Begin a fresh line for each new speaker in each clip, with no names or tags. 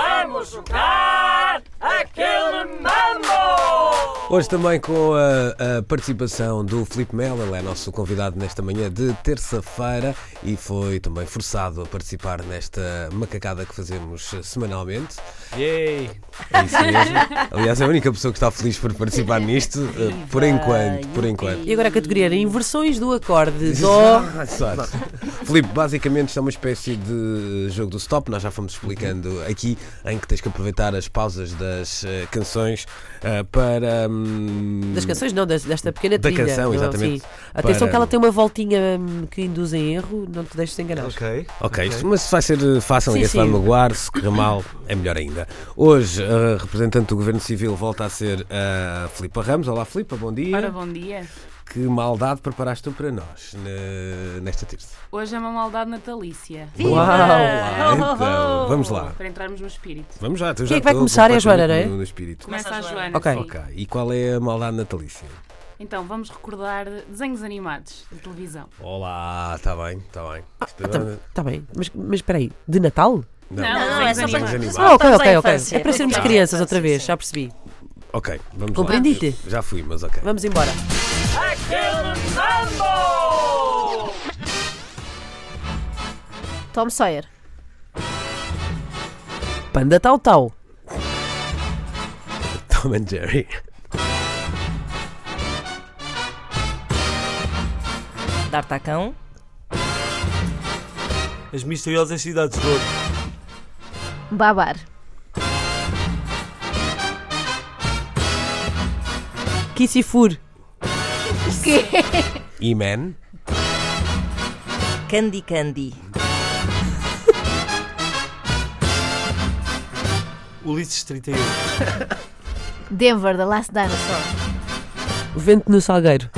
Vamos jogar aquele mambo!
Hoje também com a, a participação do Filipe Melo, ele é nosso convidado nesta manhã de terça-feira e foi também forçado a participar nesta macacada que fazemos eh, semanalmente.
Yay!
É isso mesmo. Aliás, é a única pessoa que está feliz por participar nisto, eh, por enquanto, por enquanto.
E agora a categoria era inversões do acorde Dó.
Exato. Filipe, basicamente isto é uma espécie de jogo do stop, nós já fomos explicando aqui, em que tens que aproveitar as pausas das eh, canções eh, para. hum,
Das canções, não, das- desta pequena
Da
trilha.
canção,
não,
exatamente.
sim. Atenção
Para-
que ela tem uma voltinha hum, que induz em erro, não te deixes enganar.
Ok.
Ok, isto, mas se vai ser eh, fácil,
Sim,
ninguém se vai
sim.
magoar, se correr mal, é melhor ainda. Hoje, a representante do Governo Civil volta a ser a Filipa Ramos. Olá, Filipa, bom dia.
Ora, bom dia.
Que maldade preparaste tu para nós ne- nesta terça.
Hoje é uma maldade natalícia.
Uau! Então, vamos lá.
Para entrarmos no espírito.
Vamos já, tu
Quem
já
é que vai
estou
começar? É a Joana,
completamente
não é?
No, no espírito.
Começa a Joana.
Ok.
sim.
Ok, e qual é a maldade natalícia?
Então, vamos recordar desenhos animados de televisão.
Olá, está bem, está bem.
Ah,
Isto-
Está Então, tá bem, mas, mas espera aí, de Natal?
Não,
não, é só
desenhos
para-
animados.
Ah, ok,
Voltamos à
ok, ok.
infância.
É para sermos
Voltamos à
crianças outra
infância,
vez,
sim.
já percebi.
Ok, vamos lá.
Compreendi-te.
Já fui, mas ok.
Vamos embora.
Aquele mambo!
Tom Sawyer.
Panda Tau Tau.
Tom and Jerry.
Dar tacão.
As misteriosas cidades do Ouro.
Babar.
Kissifur.
E-Man.
Candy Candy,
Ulisses 31.
Denver, The Last Dinosaur.
Vento no Salgueiro.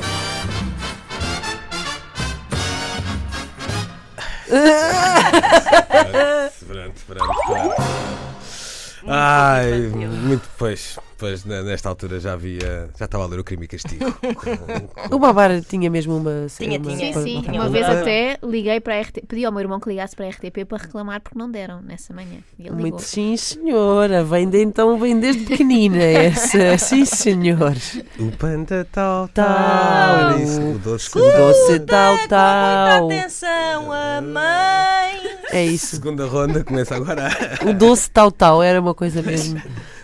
Pronto, pronto, pronto. Ai, muito pois, pois ne- nesta altura já havia, já estava a ler o crime e castigo.
O Babar tinha mesmo uma.
Tinha,
uma-
tinha.
Sim,
Sim,
sim.
sim.
Uma vez até liguei para a RTP, pedi ao meu irmão que ligasse para a RTP para reclamar porque não deram nessa manhã. E ele ligou.
Muito sim, senhora. Vem de então, vem desde pequenina essa. Sim, senhor.
O panda tal,
Tal.
olha isso, o doce.
O doce tal, tal.
atenção, a mãe.
É isso.
Segunda ronda começa agora.
O doce tal, tal. Era uma coisa mesmo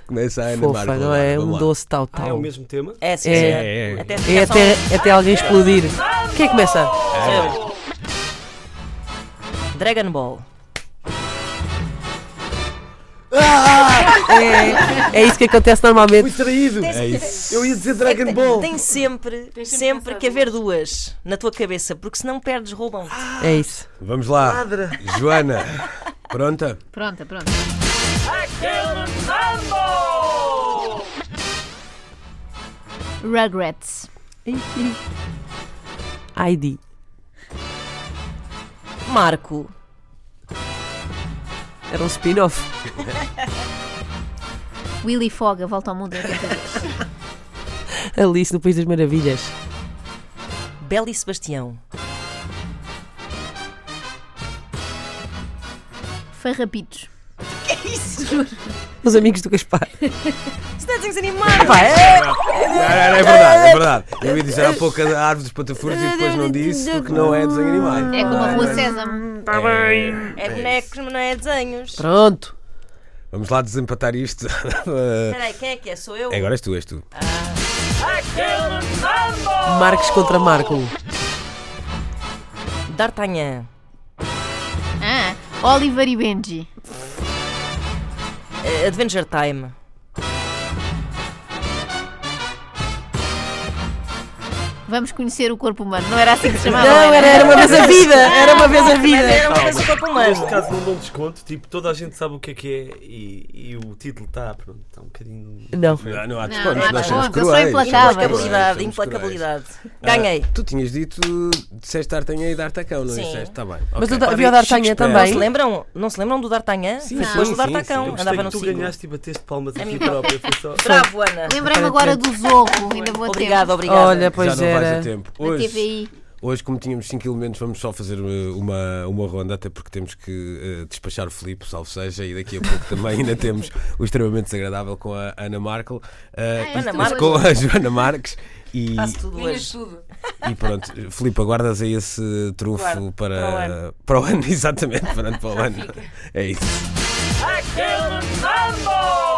Começa a Ana
fofa,
Bárbara,
não é?
vamos
Um
lá.
doce tal,
Ah, é o
tal.
mesmo tema?
É, sim,
É,
senhora.
é, é.
Até,
É
ficar só-
até, até alguém explodir. Quem é que começa?
Dragon Ball.
É, é isso que acontece normalmente.
traído. É isso. Eu ia dizer Dragon
Tem-
Ball.
Tem sempre,
Tem sempre
sempre
essa
que haver duas na tua cabeça, porque senão perdes, roubam.
É isso.
Vamos lá. Joana, pronta?
Pronta, pronta.
Aquele mambo!
Rugrats.
ID.
Marco,
Era um spin-off.
Willy Foga, volta ao mundo. em 80 dias.
Alice no País das Maravilhas.
Bela e Sebastião.
Farrapitos.
Os amigos do Gaspar.
Isso não é desenhos animados.
Não, não, não, é verdade, é verdade. Eu ia dizer há pouco a árvore dos patafuros e depois não disse porque não é desenho animado.
É como a Rua Sésamo.
Está bem.
É bonecos, mas não é desenhos.
Pronto.
Vamos lá desempatar isto.
Espera aí, quem é que é? Sou eu?
Agora és tu, és tu.
Aquele mambo!
Marcos contra Marco.
D'Artagnan.
Ah, Oliver e Benji.
Eh, Adventure Time.
Vamos conhecer o corpo humano. Não era assim que se chamava.
Não, era, era uma vez a vida. Era uma vez a
Ah! Mas
vida.
era uma vez o corpo humano.
Neste caso não dão desconto, tipo, toda a gente sabe o que é que é e, e o título está, pronto, está um bocadinho...
Não.
Não, não há
Não,
descontos,
não há
nós somos
descontos, eu sou
cruéis.
implacável.
é
Somos cruéis,
Implacabilidade,
somos cruéis.
implacabilidade.
Ah,
Ganhei.
Tu tinhas dito, disseste D'Artagnan e D'Artacão, não é?
Sim.
disseste? Está bem.
Mas
ok.
o Da- havia o D'Artagnan
Shakespeare.
Não se
também.
lembram, não se lembram do D'Artagnan?
Sim,
Foi
sim,
depois do
sim, sim.
D'Artagnan.
Eu
Gostei
Andava
que
no
tu
ciclo.
ganhaste e bateste palmas
A
a
mim
ti própria, foi só...
Bravo, Ana.
Lembrei-me agora do Zorro. Ainda vou a tempo.
Obrigada, obrigada.
Olha,
Já
pois
não vais a
era.
tempo.
Na
Hoje,
TVI.
Hoje, como tínhamos 5 elementos, vamos só fazer uh, uma, uma ronda, até porque temos que uh, despachar o Filipe, salvo seja, e daqui a pouco também ainda temos o extremamente desagradável com a Ana Markel, uh,
Ai,
Ana
e-
Marques.
com a Joana Marques. E,
Faço tudo
Ganhas
hoje.
tudo.
e pronto, Filipe, aguardas aí esse trunfo
Guardo, para o
para,
ano.
para o ano, exatamente, para, para o ano. É isso.
Aquele mambo!